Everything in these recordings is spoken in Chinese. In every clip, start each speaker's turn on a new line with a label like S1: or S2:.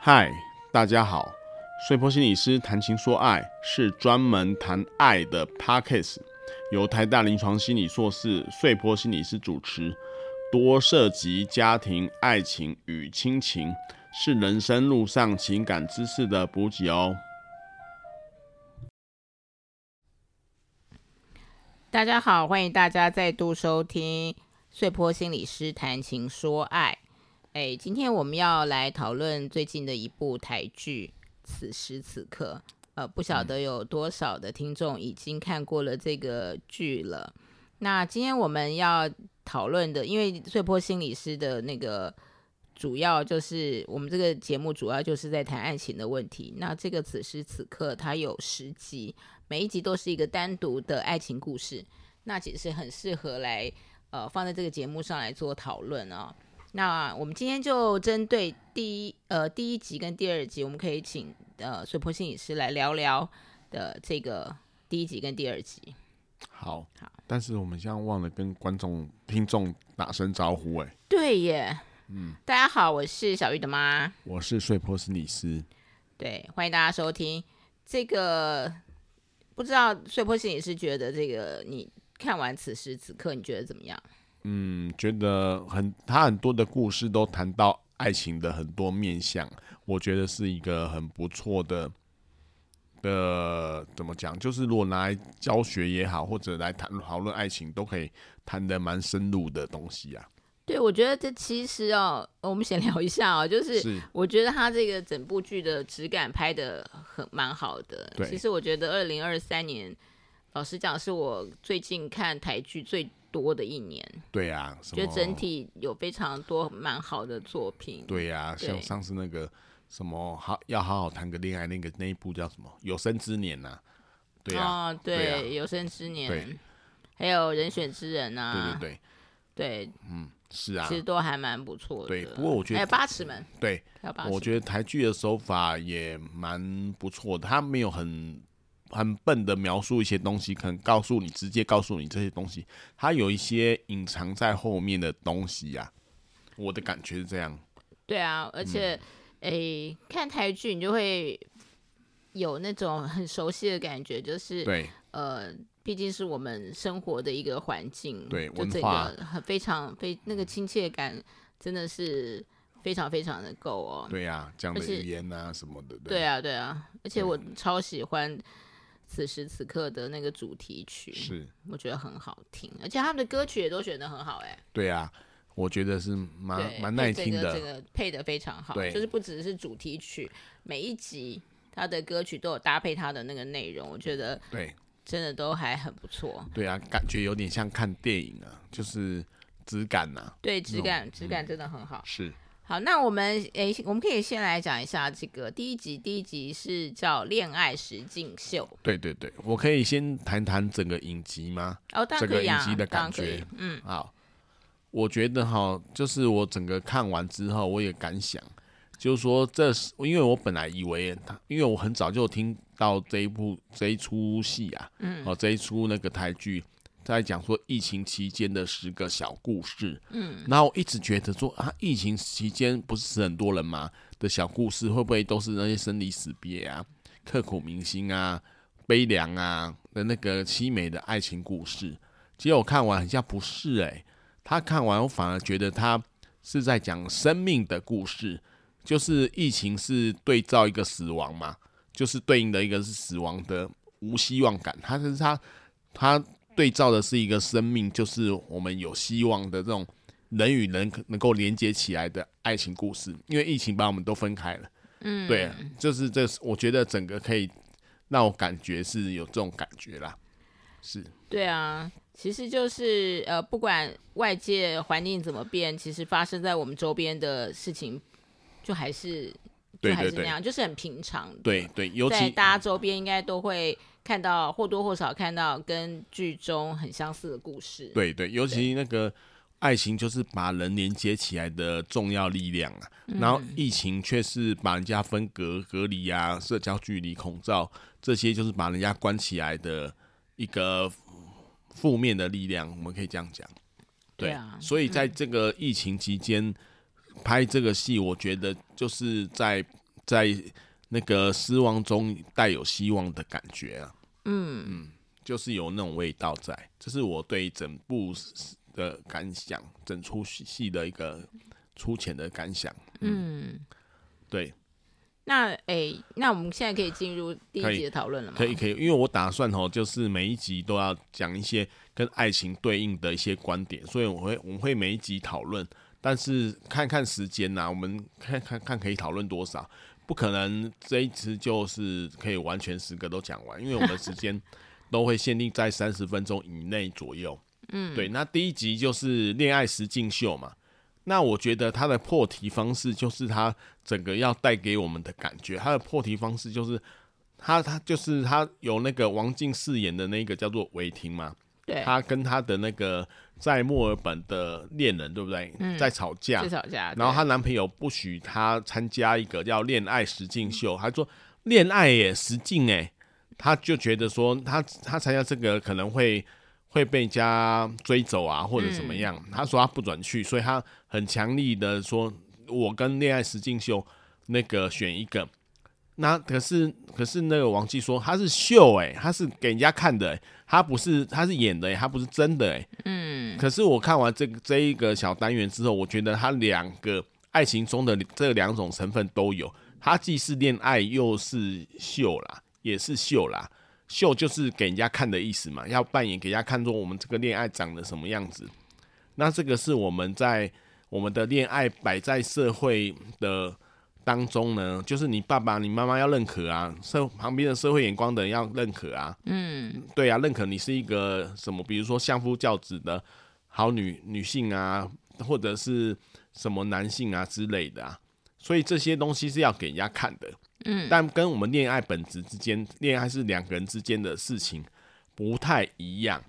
S1: 嗨，大家好，碎坡心理师谈情说爱是专门谈爱的 podcast，由台大临床心理硕士碎坡心理师主持，多涉及家庭、爱情与亲情，是人生路上情感知识的补给哦。
S2: 大家好，欢迎大家再度收听《碎坡心理师谈情说爱》。哎，今天我们要来讨论最近的一部台剧《此时此刻》。呃，不晓得有多少的听众已经看过了这个剧了。那今天我们要讨论的，因为碎坡心理师的那个主要就是我们这个节目主要就是在谈爱情的问题。那这个此时此刻它有十集，每一集都是一个单独的爱情故事，那其实很适合来呃放在这个节目上来做讨论啊、那我们今天就针对第一呃第一集跟第二集，我们可以请呃水波心理师来聊聊的这个第一集跟第二集。
S1: 好，
S2: 好
S1: 但是我们现在忘了跟观众、听众打声招呼、哎，
S2: 对耶，嗯，大家好，我是小玉的妈。
S1: 我是碎坡心理师，
S2: 对，欢迎大家收听这个。不知道碎波心理师觉得这个你看完此时此刻，你觉得怎么样？
S1: 嗯，觉得很他很多的故事都谈到爱情的很多面向，我觉得是一个很不错的的怎么讲，就是如果拿来教学也好，或者来谈讨论爱情，都可以谈得蛮深入的东西啊。
S2: 对，我觉得这其实哦，我们先 聊一下哦，就是
S1: 是
S2: 我觉得他这个整部剧的质感拍的很蛮好的。
S1: 对
S2: 其实我觉得二零二三年，老实讲，是我最近看台剧最多的一年，
S1: 对啊，什
S2: 觉
S1: 么
S2: 得整体有非常多蛮好的作品。，
S1: 对啊，
S2: 对
S1: 像上次那个什么好要好好谈个恋爱那个那一部叫什么《有生之年》呐、对啊，
S2: 哦，对，
S1: 对啊
S2: 有生之年
S1: 对》，
S2: 还有人选之人啊
S1: 对对，对，
S2: 对
S1: 是啊
S2: 其，实都还蛮不错的。
S1: 对不过我觉得
S2: 还有八尺门，
S1: 对。
S2: 还有八尺门，
S1: 我觉得台剧的手法也蛮不错的，他没有很很笨的描述一些东西，可能告诉你直接告诉你这些东西，它有一些隐藏在后面的东西呀、我的感觉是这样，
S2: 对啊，
S1: 嗯
S2: 而且诶、看台剧你就会有那种很熟悉的感觉，就是
S1: 对
S2: 呃，毕竟是我们生活的一个环境，
S1: 对
S2: 就
S1: 文
S2: 这
S1: 化嗯
S2: 个很非常非那个亲切感真的是非常非常的够哦。
S1: 对呀、这样的
S2: 而且
S1: 语言啊什么的，
S2: 对
S1: 啊，
S2: 啊，对啊，而且我超喜欢此时此刻的那个主题曲，
S1: 是，
S2: 我觉得很好听，而且他们的歌曲也都选的很好、哎。
S1: 对啊，我觉得是
S2: 对，
S1: 啊蛮蛮耐听
S2: 这
S1: 的，
S2: 个配的非常好，
S1: 对
S2: 就是不只是主题曲，每一集它的歌曲都有搭配它的那个内容，我觉得
S1: 对
S2: 真的都还很不错，
S1: 对啊，感觉有点像看电影啊，就是质感啊呐、
S2: 对，质感质
S1: 嗯
S2: 感真的很好。
S1: 是
S2: 好，那我们诶，我们可以先来讲一下这个第一集，第一集是叫《恋爱实境秀》，
S1: 对对对，我可以先谈谈整个影集吗？
S2: 哦，当
S1: 这
S2: 然
S1: 个
S2: 可以
S1: 影
S2: 啊，
S1: 集的感
S2: 当然可以
S1: 觉。，嗯，好，我觉得哈，就是我整个看完之后，我也感想，就是说这是因为我本来以为他，因为我很早就听到这一部这一出戏啊，嗯，哦，这一出那个台剧。在讲说疫情期间的十个小故事，嗯，然后我一直觉得说啊，疫情期间不是死很多人吗？的小故事会不会都是那些生离死别啊、刻骨铭心啊、悲凉啊的那个凄美的爱情故事？结果我看完很像不是诶、他看完我反而觉得他是在讲生命的故事，就是疫情是对照一个死亡嘛，就是对应的一个是死亡的无希望感，他是他他对照的是一个生命，就是我们有希望的这种人与人能够连接起来的爱情故事，因为疫情把我们都分开了，嗯，对，就是这，我觉得整个可以让我感觉是有这种感觉啦，是。
S2: 对啊，其实就是呃，不管外界环境怎么变，其实发生在我们周边的事情，就还是
S1: 对
S2: 就还是
S1: 对
S2: 那
S1: 对
S2: 样，就是很平常的。
S1: 对对，尤
S2: 在
S1: 其
S2: 大家周边应该都会看到或多或少看到跟剧中很相似的故事。
S1: 对对，尤其那个爱情就是把人连接起来的重要力量啊。然后疫情却是把人家分隔隔离啊、社交距离、口罩这些，就是把人家关起来的一个负面的力量，我们可以这样讲。
S2: 对啊
S1: 所以在这个疫情期间、拍这个戏，我觉得就是在在那个失望中带有希望的感觉啊。
S2: 嗯，
S1: 就是有那种味道在，这是我对整部的感想，整出戏的一个粗浅的感想。
S2: 嗯，
S1: 对，
S2: 那诶、那我们现在可以进入第
S1: 可
S2: 一
S1: 以
S2: 集的讨论了吗？
S1: 可以可以，因为我打算哦，就是每一集都要讲一些跟爱情对应的一些观点，所以我会我们会每一集讨论，但是看看时间呐、我们看看看可以讨论多少，不可能这一次就是可以完全十个都讲完，因为我们时间都会限定在三十分钟以内左右。嗯，对，那第一集就是恋爱实境秀嘛。那我觉得它的破题方式就是它整个要带给我们的感觉，它的破题方式就是他他就是他有那个王静饰演的那个叫做韦婷嘛，
S2: 对，
S1: 他跟他的那个在墨尔本的恋人对不对，在吵架
S2: 至，少加。
S1: 然后
S2: 对
S1: 她男朋友不许她参加一个叫恋爱实境秀，她说恋爱耶实境哎，她就觉得说她她参加这个可能会会被人家追走啊或者怎么样，她说她不准去，所以她很强力的说，我跟恋爱实境秀那个选一个。那可是可是那个王姬说她是秀哎、她是给人家看的、欸，她不是她是演的、欸，她不是真的哎、
S2: 嗯
S1: 可是我看完这个这一个小单元之后，我觉得它两个爱情中的这两种成分都有，它既是恋爱又是秀啦，也是秀啦。秀就是给人家看的意思嘛，要扮演给人家看说我们这个恋爱长得什么样子。那这个是我们在我们的恋爱摆在社会的当中呢，就是你爸爸、你妈妈要认可啊，社旁边的社会眼光的人要认可啊。
S2: 嗯
S1: 对啊，认可你是一个什么，比如说相夫教子的好女女性啊，或者是什么男性啊之类的啊，所以这些东西是要给人家看的。
S2: 嗯，
S1: 但跟我们恋爱本质之间，恋爱是两个人之间的事情，不太一样。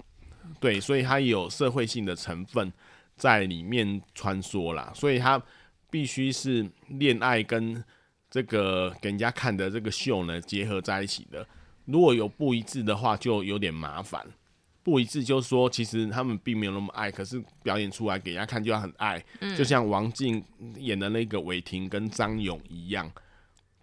S1: 对，所以它也有社会性的成分在里面穿梭啦，所以它必须是恋爱跟这个给人家看的这个秀呢结合在一起的。如果有不一致的话，就有点麻烦。不一致就是说，其实他们并没有那么爱，可是表演出来给人家看就要很爱，
S2: 嗯
S1: 就像王静演的那个韦霆跟张勇一样，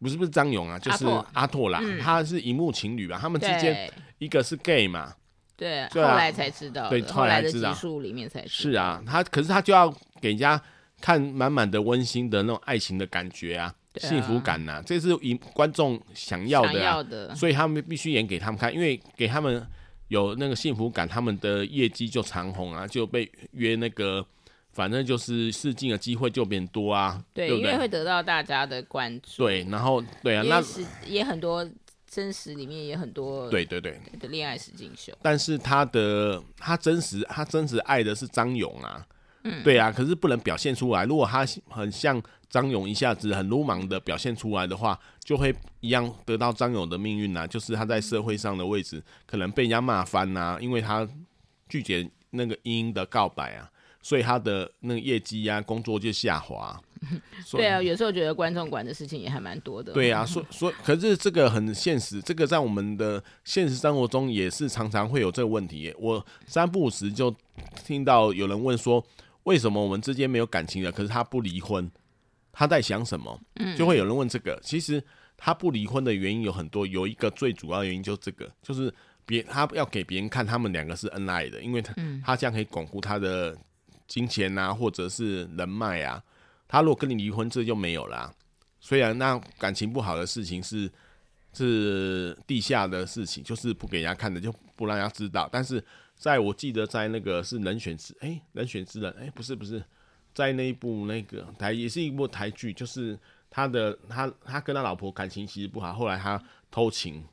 S1: 不是不是张勇啊，就是
S2: 阿拓嗯
S1: 阿拓啦，他是荧幕情侣吧，他们之间
S2: 对
S1: 一个是 gay 嘛，
S2: 对，
S1: 对啊
S2: 后来才知道的，
S1: 对后
S2: 后
S1: 来
S2: 来的
S1: 知
S2: 集
S1: 道
S2: 数里面才
S1: 是
S2: 道。
S1: 啊，他可是他就要给人家看满满的温馨的那种爱情的感觉啊，
S2: 对啊
S1: 幸福感呐、这是以观众想要
S2: 想
S1: 的、啊
S2: 要，的，
S1: 所以他们必须演给他们看，因为给他们有那个幸福感，他们的业绩就长红啊，就被约那个，反正就是试镜的机会就变多啊，
S2: 对，
S1: 不
S2: 因为
S1: 对？
S2: 会得到大家的关注。
S1: 对，然后对啊，
S2: 因
S1: 那
S2: 为是也很多真实里面也很多
S1: 对对对，
S2: 的恋爱实境秀，
S1: 但是他的他真实他真实爱的是张勇啊，对啊，可是不能表现出来。如果他很像张勇，一下子很鲁莽的表现出来的话，就会一样得到张勇的命运啊，就是他在社会上的位置可能被人家骂翻呐、因为他拒绝那个英英的告白啊，所以他的那个业绩啊，工作就下滑啊、所以
S2: 对啊，有时候觉得观众管的事情也还蛮多的。
S1: 对啊，所所可是这个很现实，这个在我们的现实生活中也是常常会有这个问题耶。我三不五时就听到有人问说，为什么我们之间没有感情了，可是他不离婚？他在想什么？就会有人问这个。其实他不离婚的原因有很多，有一个最主要的原因就是这个，就是别他要给别人看他们两个是恩爱的，因为他、他这样可以巩固他的金钱啊，或者是人脉啊。他如果跟你离婚，这就没有啦、虽然那感情不好的事情是是地下的事情，就是不给人家看的，就不让人家知道。但是在我记得，在那个是人选之哎、人选之人哎、不是不是，在那一部那个台也是一部台剧，就是他的他他跟他老婆感情其实不好，后来他偷情，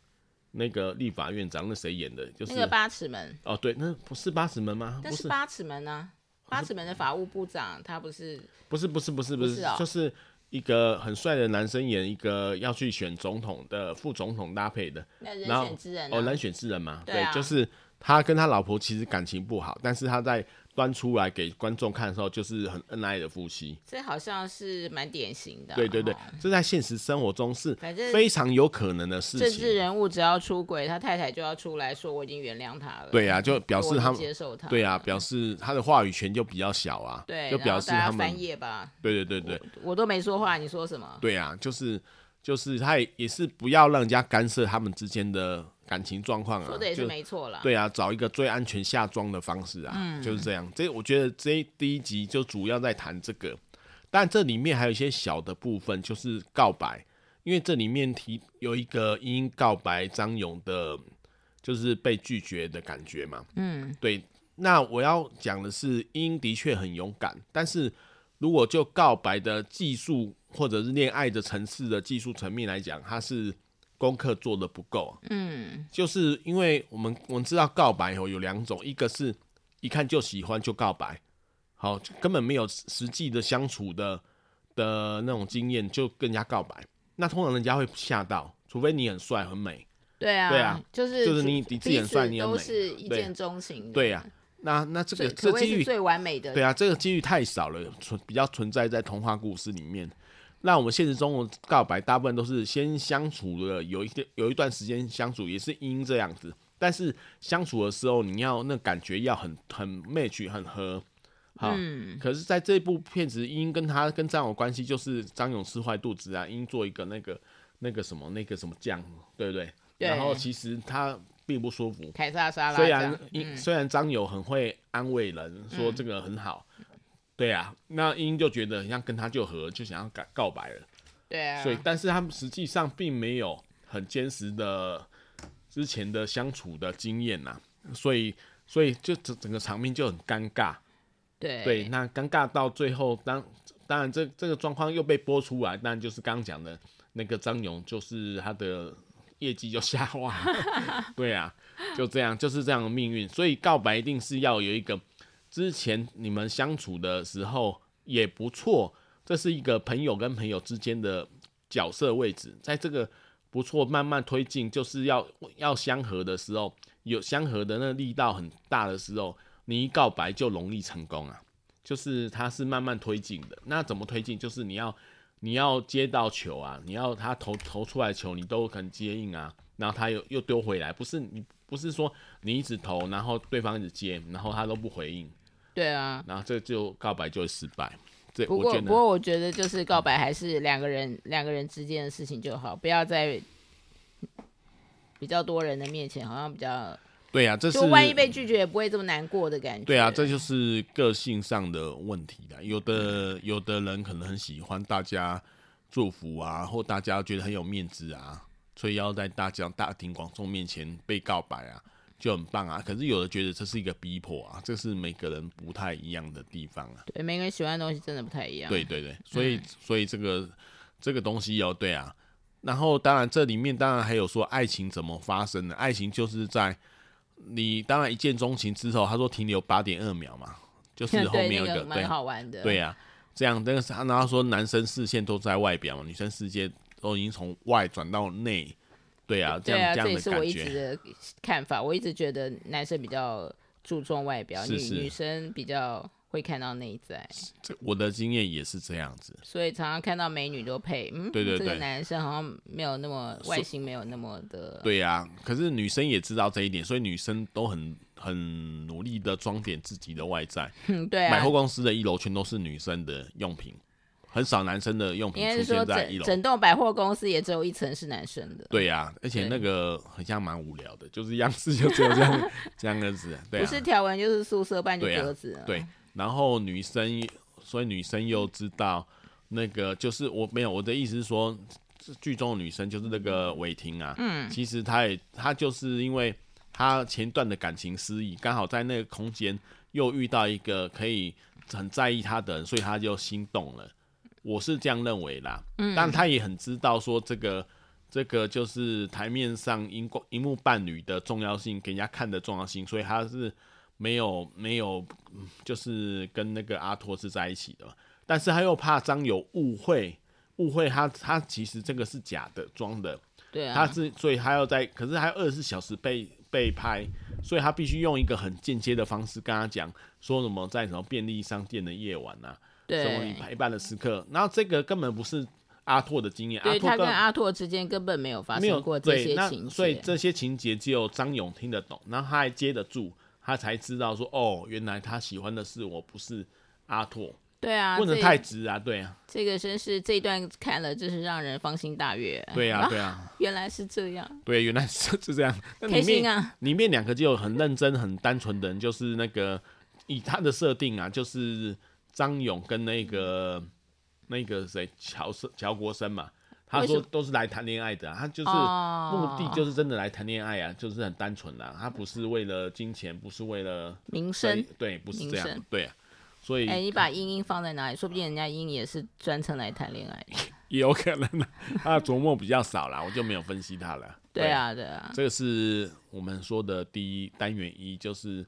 S1: 那个立法院长那谁演的，就是
S2: 那个八尺门，
S1: 哦对，那不是八尺门吗？
S2: 但
S1: 不
S2: 是八尺门呢、八尺门的法务部长他不是
S1: 不是不是不是不
S2: 不
S1: 是，
S2: 是哦
S1: 就是一个很帅的男生演一个要去选总统的副总统搭配的，
S2: 那人
S1: 然后
S2: 选之人、啊、
S1: 哦，人选之人嘛，
S2: 对啊
S1: 就是他跟他老婆其实感情不好，但是他在端出来给观众看的时候，就是很恩爱的夫妻。
S2: 这好像是蛮典型的啊、
S1: 对对对
S2: 哦，
S1: 这在现实生活中是
S2: 反正
S1: 非常有可能的事
S2: 政治
S1: 情。
S2: 人物只要出轨，他太太就要出来说我已经原谅他了，
S1: 对啊，就表
S2: 我
S1: 示
S2: 已
S1: 他
S2: 经
S1: 们
S2: 接受他，
S1: 对啊，表示他的话语权就比较小啊，
S2: 对，
S1: 就表示
S2: 然后
S1: 他
S2: 大家
S1: 们
S2: 翻页吧，
S1: 对对对对
S2: 我都没说话，你说什么？
S1: 对啊，就是就是他也也是不要让人家干涉他们之间的感情状况啊，
S2: 说的也是
S1: 就
S2: 没错啦。嗯
S1: 对啊，找一个最安全下庄的方式啊，就是这样。这我觉得这一第一集就主要在谈这个，但这里面还有一些小的部分，就是告白，因为这里面提有一个因告白张勇的，就是被拒绝的感觉嘛。
S2: 嗯，
S1: 对。那我要讲的是，因的确很勇敢，但是如果就告白的技术或者是恋爱的层次的技术层面来讲，他是功课做的不够啊、
S2: 嗯，
S1: 就是因为我们我们知道告白哦有两种，一个是一看就喜欢就告白，好就根本没有实实际的相处的的那种经验就跟人家告白，那通常人家会吓到，除非你很帅很美，
S2: 对啊，
S1: 对啊，
S2: 就是
S1: 就是你你自己很帅
S2: 彼
S1: 你
S2: 此
S1: 很美
S2: 都是一
S1: 对
S2: 见钟情的，
S1: 对呀、那那这
S2: 最
S1: 个
S2: 可
S1: 这
S2: 谓
S1: 机
S2: 是
S1: 遇
S2: 最完美的。
S1: 对啊，这个机遇太少了，存比较存在在童话故事里面。那我们现实中的告白，大部分都是先相处了，有一些有一段时间相处，也是因这样子。但是相处的时候，你要那感觉要很很 match 很合，好。
S2: 嗯，
S1: 可是在这部片子，因跟他跟张勇关系就是张勇吃坏肚子啊，因做一个那个那个什么那个什么酱，对不对？
S2: 对
S1: 然后其实他并不舒服，
S2: 凯撒沙拉
S1: 虽
S2: 这
S1: 然
S2: 样
S1: 英、虽然张友很会安慰人，说这个很好，
S2: 嗯
S1: 对啊，那英就觉得很像跟他就合，就想要告告白了，
S2: 对啊，
S1: 所以但是他们实际上并没有很坚实的之前的相处的经验呐、所以所以就整整个场面就很尴尬，
S2: 对
S1: 对，那尴尬到最后，当当然这这个状况又被播出来，当然就是刚刚讲的那个张勇，就是他的业绩就下滑， 对啊，就这样，就是这样的命运。所以告白一定是要有一个之前你们相处的时候也不错，这是一个朋友跟朋友之间的角色位置，在这个不错慢慢推进，就是要要相合的时候，有相合的那个力道很大的时候，你一告白就容易成功啊。就是它是慢慢推进的，那怎么推进？就是你要你要接到球啊，你要他投投出来的球，你都肯接应啊，然后他又又丢回来，不是你不是说你一直投，然后对方一直接，然后他都不回应，
S2: 对啊。
S1: 然后这就告白就会失败。这
S2: 不
S1: 我
S2: 过
S1: 觉
S2: 不
S1: 得
S2: 过，我觉得就是告白还是两个人两个人之间的事情就好，不要在比较多人的面前，好像比较
S1: 对啊，这是
S2: 就万一被拒绝也不会这么难过的感觉。
S1: 对啊，这就是个性上的问题啦。有
S2: 嗯
S1: 的有的人可能很喜欢大家祝福啊，或大家觉得很有面子啊，所以要在大家大庭广众面前被告白啊，就很棒啊。可是有的觉得这是一个逼迫啊，这是每个人不太一样的地方啊。
S2: 对每个人喜欢的东西真的不太一样。嗯
S1: 对对对，所以、所以这个这个东西哦，对啊。然后当然这里面当然还有说爱情怎么发生的，爱情就是在你当然一见钟情之后，他说停留八点二秒嘛， 就是
S2: 对，
S1: 后面有一
S2: 那
S1: 个
S2: 个蛮好玩的。
S1: 对啊呀、这样但是他然后说男生视线都在外表嘛，女生视线都已经从外转到内，对啊，这
S2: 对
S1: 样、
S2: 啊，
S1: 这
S2: 这
S1: 样
S2: 也
S1: 的
S2: 是我
S1: 感
S2: 一直
S1: 觉，
S2: 的看法。我一直觉得男生比较注重外表，
S1: 是是
S2: 女女生比较会看到内在，
S1: 这我的经验也是这样子。
S2: 所以常常看到美女都配，嗯，
S1: 对对
S2: 这个
S1: 对
S2: 男生好像没有那么外形，没有那么的。
S1: 对呀、可是女生也知道这一点，所以女生都很很努力的装点自己的外在。
S2: 嗯， 对
S1: 百
S2: 啊
S1: 货。公司的一楼全都是女生的用品，很少男生的用
S2: 应
S1: 品
S2: 该
S1: 出
S2: 是说
S1: 现在一
S2: 整
S1: 楼。
S2: 整栋百货公司也只有一层是男生的，
S1: 对呀、而且
S2: 对
S1: 那个很像蛮无聊的，就是样式就只有这 样这样的子，对
S2: 不
S1: 啊，
S2: 是条纹就是宿舍，不然就
S1: 对啊
S2: 格子。
S1: 对。然后女生，所以女生又知道那个，就是我没有我的意思是说，剧中的女生就是那个伟婷啊，嗯，其实她也她就是因为她前段的感情失意，刚好在那个空间又遇到一个可以很在意她的人，所以她就心动了。我是这样认为啦，嗯，但她也很知道说这个。这个就是台面上荧光荧幕伴侣的重要性，给人家看的重要性，所以她是没有没有就是跟那个阿托是在一起的嘛，但是他又怕张友误会，误会他他其实这个是假的装的，
S2: 对
S1: 他
S2: 啊，
S1: 是所以他要在，可是他二十四小时被被拍，所以他必须用一个很间接的方式跟他讲说什么在什么便利商店的夜晚啊，什么你
S2: 对，
S1: 陪伴的时刻，然后这个根本不是阿托的经验，阿
S2: 对
S1: 托
S2: 他跟
S1: 根
S2: 阿拓之间根本没有发
S1: 没有
S2: 生过这
S1: 对
S2: 些
S1: 那
S2: 情
S1: 所以
S2: 节。
S1: 这些情节只有张勇听得懂，然后他还接得住，他才知道说哦，原来他喜欢的是我，不是阿拓。
S2: 对啊，
S1: 不能
S2: 这
S1: 太直啊，对啊，
S2: 这个真是这一段看了，真是让人芳心大悦。
S1: 对啊，
S2: 啊，
S1: 对啊，
S2: 原来是这样，
S1: 对，啊原来是是这样。那
S2: 开
S1: 里
S2: 心
S1: 面
S2: 啊！
S1: 里面两个就有很认真、很单纯的人，就是那个以他的设定啊，就是张勇跟那个那个谁乔生乔国生嘛，他
S2: 为什
S1: 说
S2: 么
S1: 都是来谈恋爱的啊、他就是。目
S2: 哦，
S1: 的就是真的来谈恋爱啊，就是很单纯啦、他不是为了金钱，不是为了
S2: 名
S1: 生
S2: 声
S1: 意。对，不是
S2: 名
S1: 这样
S2: 声，
S1: 对啊，所以
S2: 哎、你把英英放在哪里？说不定人家英也是专程来谈恋爱的。
S1: 也有可能啊，他的琢磨比较少啦，我就没有分析他了。
S2: 对，啊，对啊，
S1: 这个是我们说的第一单元一，就是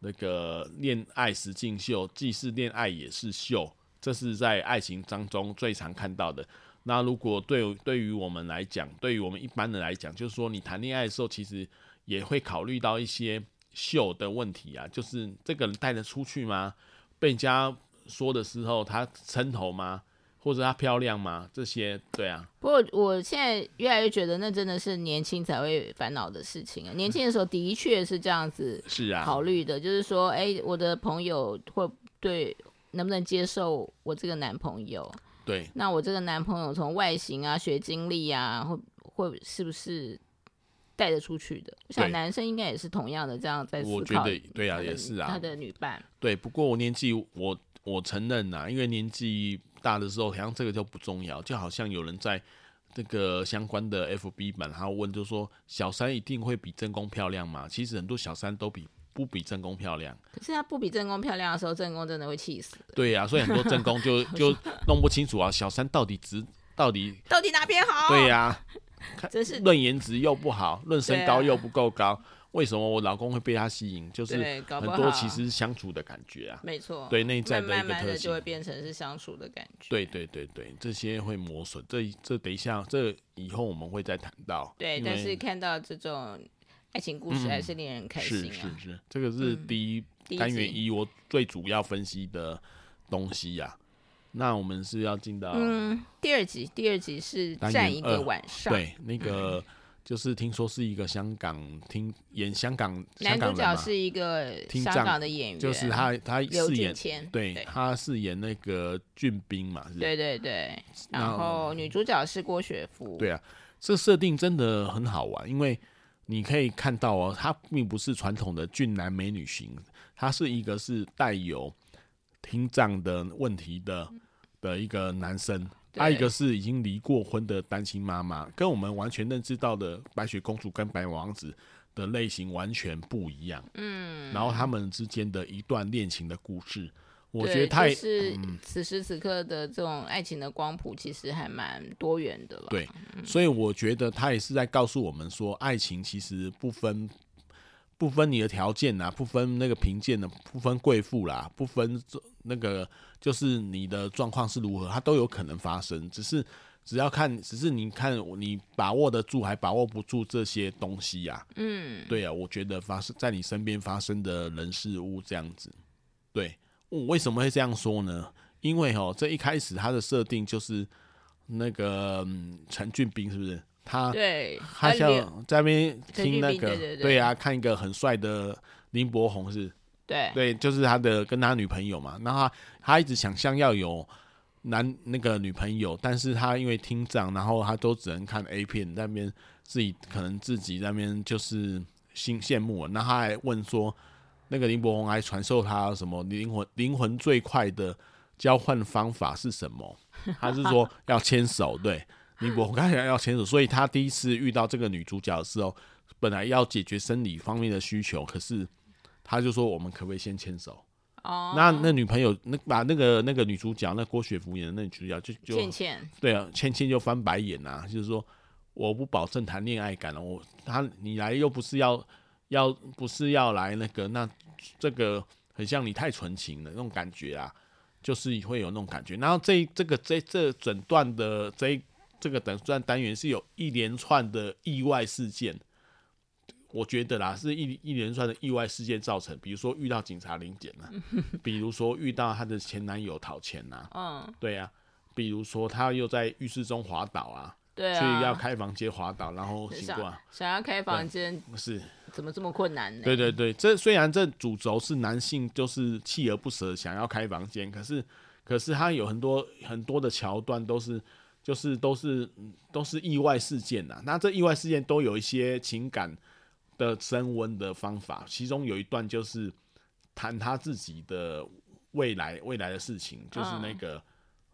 S1: 那个恋爱实境秀，既是恋爱也是秀，这是在爱情当中最常看到的。那如果对对于我们来讲，对于我们一般人来讲，就是说你谈恋爱的时候，其实也会考虑到一些秀的问题啊，就是这个人带得出去吗？被人家说的时候，她称头吗？或者她漂亮吗？这些对啊，
S2: 不过我现在越来越觉得，那真的是年轻才会烦恼的事情啊。年轻的时候的确是这样子
S1: 是啊，
S2: 考虑的，就是说，哎、我的朋友会对能不能接受我这个男朋友？
S1: 对，
S2: 那我这个男朋友从外形啊、学经历啊，会会是不是带得出去的？我想
S1: 对
S2: 男生应该也是同样的这样在思考。呃
S1: 我觉得对啊，也是啊，
S2: 他的女伴，
S1: 对，不过我年纪，我我承认啊呐、因为年纪大的时候，好像这个就不重要。就好像有人在这个相关的 FB 版，他问就说小三一定会比正宫漂亮吗？其实很多小三都比不比正宫漂亮。
S2: 可是她不比正宫漂亮的时候，正宫真的会气死。
S1: 对啊呀、所以很多正宫 就就弄不清楚啊，小三到底值到底
S2: 到底哪边好？
S1: 对、呀、
S2: 哦真是
S1: 论颜值又不好，论身
S2: 对
S1: 高
S2: 啊
S1: 又不够高，为什么我老公会被他吸引？就是
S2: 对，搞
S1: 很
S2: 不好
S1: 多其实相处的感觉啊，
S2: 没错，
S1: 对内在
S2: 慢
S1: 的一
S2: 慢
S1: 个
S2: 慢
S1: 特
S2: 的
S1: 性
S2: 就。会变成是相处的感觉。
S1: 对对对对，这些会磨损，这这等一下，这以后我们会再谈到。
S2: 对，
S1: 因
S2: 但
S1: 为嗯
S2: 是看到这种爱情故事还是令人开
S1: 是
S2: 心
S1: 是
S2: 啊。
S1: 是，这个是第一、
S2: 第一
S1: 单元
S2: 集
S1: 一我最主要分析的东西呀、那我们是要进到、
S2: 嗯，啊第二集，第二集是
S1: 单
S2: 站
S1: 元
S2: 一个
S1: 二
S2: 晚上，
S1: 对那个，就是听说是一个香港听演香港香
S2: 男
S1: 港
S2: 主
S1: 人
S2: 角
S1: 嘛，
S2: 是一个
S1: 听
S2: 香
S1: 障
S2: 港的演员，
S1: 就是他他
S2: 刘
S1: 饰
S2: 俊
S1: 演
S2: 谦，
S1: 对
S2: 对
S1: 他饰演那个俊兵嘛，是
S2: 对对对，
S1: 那
S2: 然后女主角是郭雪芙，
S1: 对啊，这设定真的很好玩，因为你可以看到哦，它并不是传统的俊男美女型，它是一个是带有听障的问题的的一个男生，
S2: 嗯对
S1: 还有一个是已经离过婚的单亲妈妈，跟我们完全认知到的白雪公主跟白马王子的类型完全不一样。嗯，然后他们之间的一段恋情的故事，我
S2: 对，
S1: 觉得太嗯
S2: 就是此时此刻的这种爱情的光谱，其实还蛮多元的了。
S1: 对所以我觉得他也是在告诉我们说，爱情其实不分不分你的条件啊，不分那个贫贱的，不分贵妇啦，不分这那个就是你的状况是如何，它都有可能发生。只是只要看，只是你看你把握得住还把握不住这些东西呀、啊。嗯，对啊，我觉得发生在你身边发生的人事物这样子。对，我为什么会这样说呢？因为哦，这一开始它的设定就是那个、嗯陈俊斌是不是？他
S2: 对，
S1: 啊他
S2: 还有
S1: 像在那边听那
S2: 陈俊斌
S1: 个
S2: 对对，对
S1: 啊，看一个很帅的林柏宏是，
S2: 对
S1: 对，就是他的跟他女朋友嘛。然后他他一直想象要有男那个女朋友，但是他因为听障，然后他都只能看 A 片在那边自己可能自己在那边就是心羡慕了。那他还问说，那个林柏宏还传授他什么灵魂灵魂最快的交换方法是什么？他是说要牵手，对，林柏宏刚才讲要牵手，所以他第一次遇到这个女主角的时候，本来要解决生理方面的需求，可是他就说我们可不可以先牵手？
S2: 哦，
S1: 那那女朋友那把那个那个女主角，那郭雪芙演的那女主角就就
S2: 倩倩，
S1: 对啊，芊芊就翻白眼啊，就是说我不保证谈恋爱感了，我他你来又不是要要不是要来那个，那这个很像你太纯情了那种感觉啊，就是会有那种感觉。然后这这个这这整段的这这个整段单元是有一连串的意外事件。我觉得啦，是一一连串的意外事件造成，比如说遇到警察临检啊，比如说遇到她的前男友讨钱呐、
S2: 嗯，
S1: 对啊，比如说他又在浴室中滑倒啊，
S2: 对
S1: 所以要
S2: 啊，
S1: 开房间滑倒，然后醒过
S2: 想
S1: 来。
S2: 想要开房间，
S1: 是，
S2: 怎么这么困难呢？
S1: 对对对，这虽然这主轴是男性，就是锲而不舍想要开房间，可是可是它有很多很多的桥段都是就是都是嗯都是意外事件呐、那这意外事件都有一些情感的升温的方法，其中有一段就是谈他自己的未来未来的事情，就是
S2: 嗯
S1: 那个。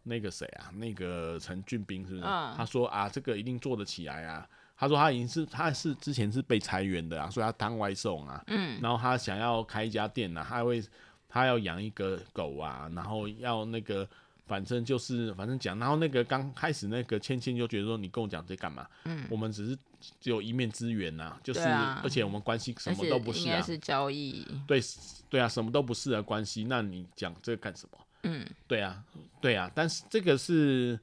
S1: 那个谁啊，那个陈俊斌是不是？
S2: 嗯
S1: 他说啊，这个一定做得起来啊。他说他已经是他是之前是被裁员的啊，所以他当外送啊。嗯，然后他想要开一家店啊，他会他要养一个狗啊，然后要那个。反正就是，反正讲，然后那个刚开始那个倩倩就觉得说，你跟我讲这干嘛？嗯，我们只是只有一面之缘呐、就是、
S2: 对啊
S1: 而且我们关系什
S2: 而
S1: 么
S2: 且
S1: 都不是
S2: 应该
S1: 啊，
S2: 是交易，
S1: 对对啊，什么都不是的关系，那你讲这个干什么？
S2: 嗯，
S1: 对啊，对啊，但是这个是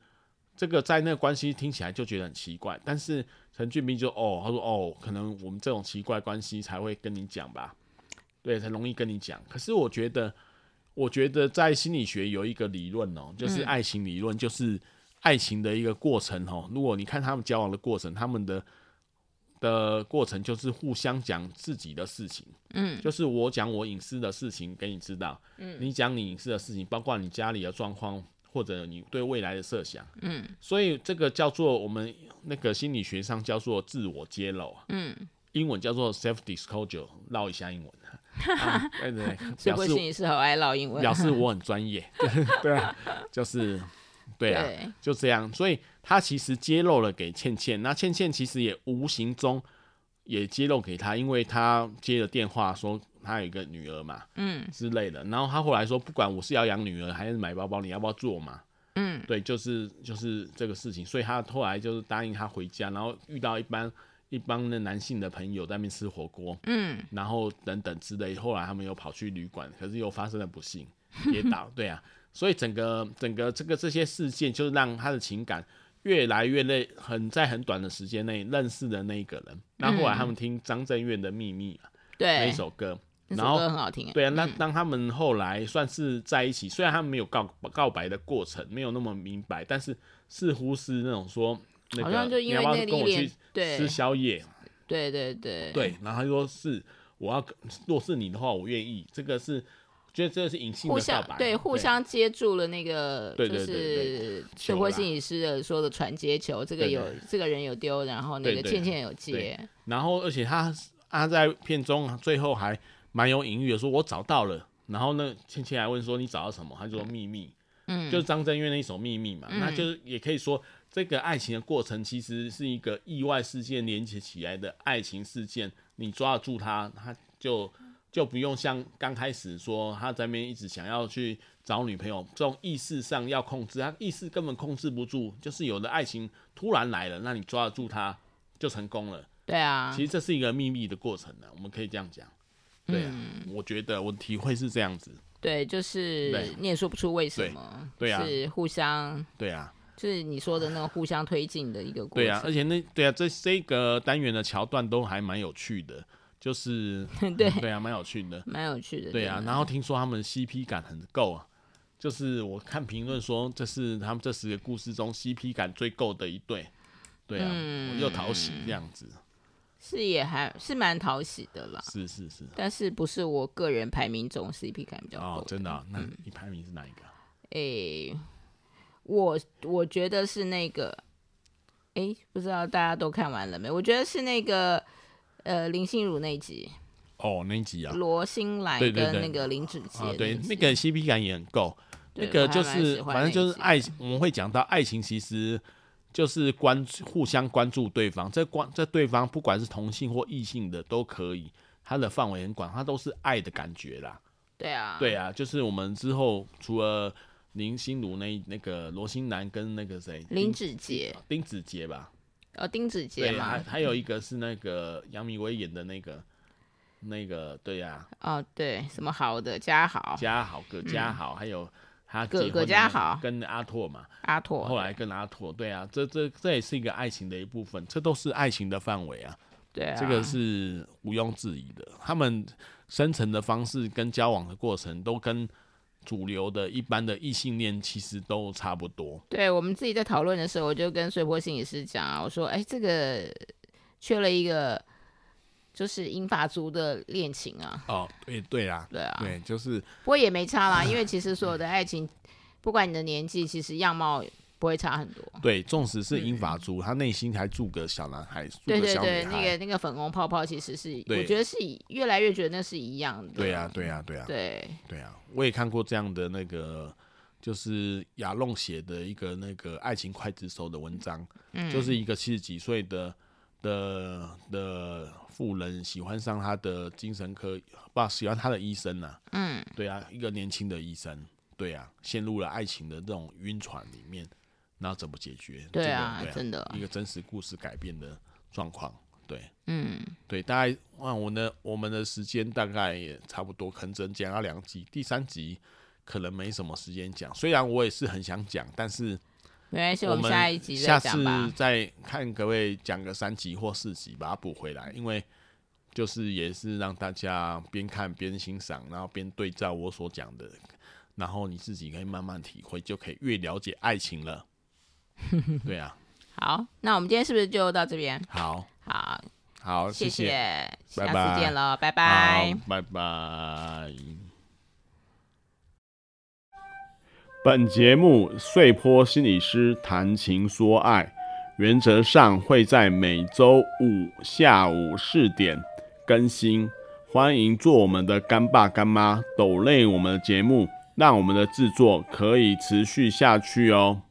S1: 这个在那个关系听起来就觉得很奇怪，但是陈俊斌就哦，他说哦，可能我们这种奇怪关系才会跟你讲吧，对，才容易跟你讲。可是我觉得，我觉得在心理学有一个理论哦，就是
S2: 嗯
S1: 爱情理论，就是爱情的一个过程哦。如果你看他们交往的过程，他们的的过程就是互相讲自己的事情，
S2: 嗯，
S1: 就是我讲我隐私的事情给你知道，嗯，你讲你隐私的事情，包括你家里的状况或者你对未来的设想，嗯，所以这个叫做我们那个心理学上叫做自我揭露啊，
S2: 嗯，
S1: 英文叫做 self disclosure，绕一下英文， 啊、对对对，
S2: 所
S1: 表
S2: 以不
S1: 示
S2: 是你是好爱唠英文，
S1: 表示我很专业， 对啊， 就是对啊，
S2: 对
S1: 就这样。所以他其实揭露了给倩倩，那倩倩其实也无形中也揭露给他，因为他接了电话说他有一个女儿嘛，
S2: 嗯
S1: 之类的。然后他后来说，不管我是要养女儿还是买包包，你要不要做嘛？
S2: 嗯
S1: 对，就是就是这个事情，所以他后来就是答应他回家，然后遇到一帮一帮的男性的朋友在那边吃火锅，
S2: 嗯，
S1: 然后等等之类。后来他们又跑去旅馆，可是又发生了不幸，跌 倒。对啊，所以整个整个这个这些事件，就是让他的情感越来越累，很在很短的时间内认识的那一个人。那后来他们听张震岳的秘密、啊那
S2: 对
S1: 一，首歌，
S2: 那
S1: 然
S2: 首
S1: 后
S2: 歌很好听，
S1: 对啊，那当他们后来算是在一起，虽然他们没有告告白的过程，没有那么明白，但是似乎是那种说，那个
S2: 好像就因为
S1: 你要不
S2: 那
S1: 要
S2: 个
S1: 跟我
S2: 依恋
S1: 去
S2: 对
S1: 吃宵夜？
S2: 对对对
S1: 对，然后他说是我要跟，若是你的话，我愿意。这个是，觉得这是隐性
S2: 互
S1: 的告
S2: 相
S1: 白，
S2: 对互相接住了那个，
S1: 对
S2: 就
S1: 对对对
S2: 是
S1: 球
S2: 社会
S1: 啦
S2: 心理师的说的传接球，这个
S1: 对对
S2: 有这个人有丢，然后那
S1: 对
S2: 个
S1: 对
S2: 倩倩有
S1: 对
S2: 接，
S1: 然后，而且他他在片中啊最后还蛮有隐喻的，说我找到了。然后呢，倩倩还问说你找到什么？他就说秘密，
S2: 嗯
S1: 就是张震岳那一首《秘密》嘛。那就是也可以说，这个爱情的过程其实是一个意外事件连接起来的爱情事件。你抓得住他，他就就不用像刚开始说他在那边一直想要去找女朋友，这种意识上要控制，他意识根本控制不住。就是有的爱情突然来了，那你抓得住他就成功了。
S2: 对啊
S1: 其，实这是一个秘密的过程呢、我们可以这样讲。对啊，我觉得我的体会是这样子。
S2: 对，就是
S1: 对
S2: 你也说不出为什
S1: 对
S2: 么，
S1: 对啊
S2: 是互相，
S1: 对啊，
S2: 就是你说的那个互相推进的一个过
S1: 对啊，
S2: 程，
S1: 而且那对啊，这这个单元的桥段都还蛮有趣的，就是
S2: 对
S1: 对啊，蛮有趣的。
S2: 蛮有趣的，
S1: 对啊，
S2: 真的
S1: 然后听说他们 CP 感很够啊，就是我看评论说这是他们这十个故事中 CP 感最够的一对。对啊，
S2: 嗯
S1: 我又讨喜这样子，
S2: 是也还是蛮讨喜的啦，
S1: 是是是。
S2: 但是不是我个人排名中 CP 感比较高
S1: 哦，
S2: 的，
S1: 真的啊、那你排名是哪一个啊？
S2: 诶、我我觉得是那个，诶、不知道大家都看完了没？我觉得是那个，呃，林心如那一集，
S1: 哦，那一集啊，
S2: 罗心兰
S1: 对对
S2: 跟
S1: 对
S2: 那个林子杰
S1: 啊，对，
S2: 集
S1: 那个 CP 感也很够。
S2: 对
S1: 那个
S2: 我还
S1: 就
S2: 蛮喜
S1: 是，
S2: 欢
S1: 反正
S2: 那一
S1: 就是
S2: 集
S1: 爱，情，我们会讲到爱情，其实就是关注互相关注对方。这关这对方不管是同性或异性的都可以，它的范围很广，它都是爱的感觉啦。
S2: 对啊，
S1: 对啊，就是我们之后除了林心如那那个罗心兰跟那个谁
S2: 林
S1: 丁
S2: 子杰，
S1: 丁子杰吧，
S2: 呃，丁子杰
S1: 对，还
S2: 嘛，嗯
S1: 还有一个是那个杨明威演的那个那个，对啊呀、
S2: 哦，对，什么好的嘉
S1: 啊，
S2: 豪、
S1: 嘉豪葛嘉豪，还有他
S2: 葛
S1: 结
S2: 嗯葛
S1: 婚的
S2: 嘉
S1: 那个
S2: 豪
S1: 跟阿拓嘛。
S2: 阿拓，
S1: 后来跟阿拓，对啊，这这这也是一个爱情的一部分，这都是爱情的范围啊，
S2: 对啊，
S1: 这个是毋庸置疑的。他们生成的方式跟交往的过程都跟主流的一般的异性恋其实都差不多。
S2: 对我们自己在讨论的时候，我就跟碎波心理师讲啊，我说，哎，这个缺了一个就是银发族的恋情啊，
S1: 哦，对对啊，
S2: 对啊，
S1: 对，就是嗯
S2: 不过也没差啦，因为其实所有的爱情不管你的年纪，其实样貌不会差很多。
S1: 对，纵使是英法族，他内心还住个小男孩，住
S2: 对
S1: 个
S2: 对
S1: 小女
S2: 对，
S1: 孩。
S2: 那个那个粉红泡泡其实是，我
S1: 对
S2: 觉得是以越来越觉得那是一样的。
S1: 对啊呀、对呀、对呀、
S2: 对，
S1: 对呀、我也看过这样的那个，就是亚弄写的一个那个爱情刽子手的文章，
S2: 嗯，
S1: 就是一个七十几岁的的的妇人喜欢上他的精神科，不喜欢他的医生呐、
S2: 嗯，
S1: 对啊，一个年轻的医生，对啊，陷入了爱情的这种晕船里面，那怎么解决？
S2: 对
S1: 这个
S2: 啊
S1: 对
S2: 真的
S1: 一个真实故事改编的状况，对。
S2: 嗯，
S1: 对，大概哇，我呢，我们的时间大概也差不多，可能只能讲到两集，第三集可能没什么时间讲。虽然我也是很想讲，但是
S2: 没关系，
S1: 我
S2: 们
S1: 们
S2: 下一集
S1: 下
S2: 再讲
S1: 次
S2: 吧。
S1: 再看各位讲个三集或四集，把它补回来，因为就是也是让大家边看边欣赏，然后边对照我所讲的，然后你自己可以慢慢体会，就可以越了解爱情 了。对啊，
S2: 好，那我们今天是不是就到这边？
S1: 好
S2: 好，
S1: 好，
S2: 谢
S1: 谢，拜
S2: 下
S1: 拜
S2: 次见喽，拜拜
S1: 好。，拜拜。
S3: 本节目《碎坡心理师谈情说爱》，原则上会在每周五下午四点更新，欢迎做我们的干爸干妈，抖累我们的节目，让我们的制作可以持续下去哦。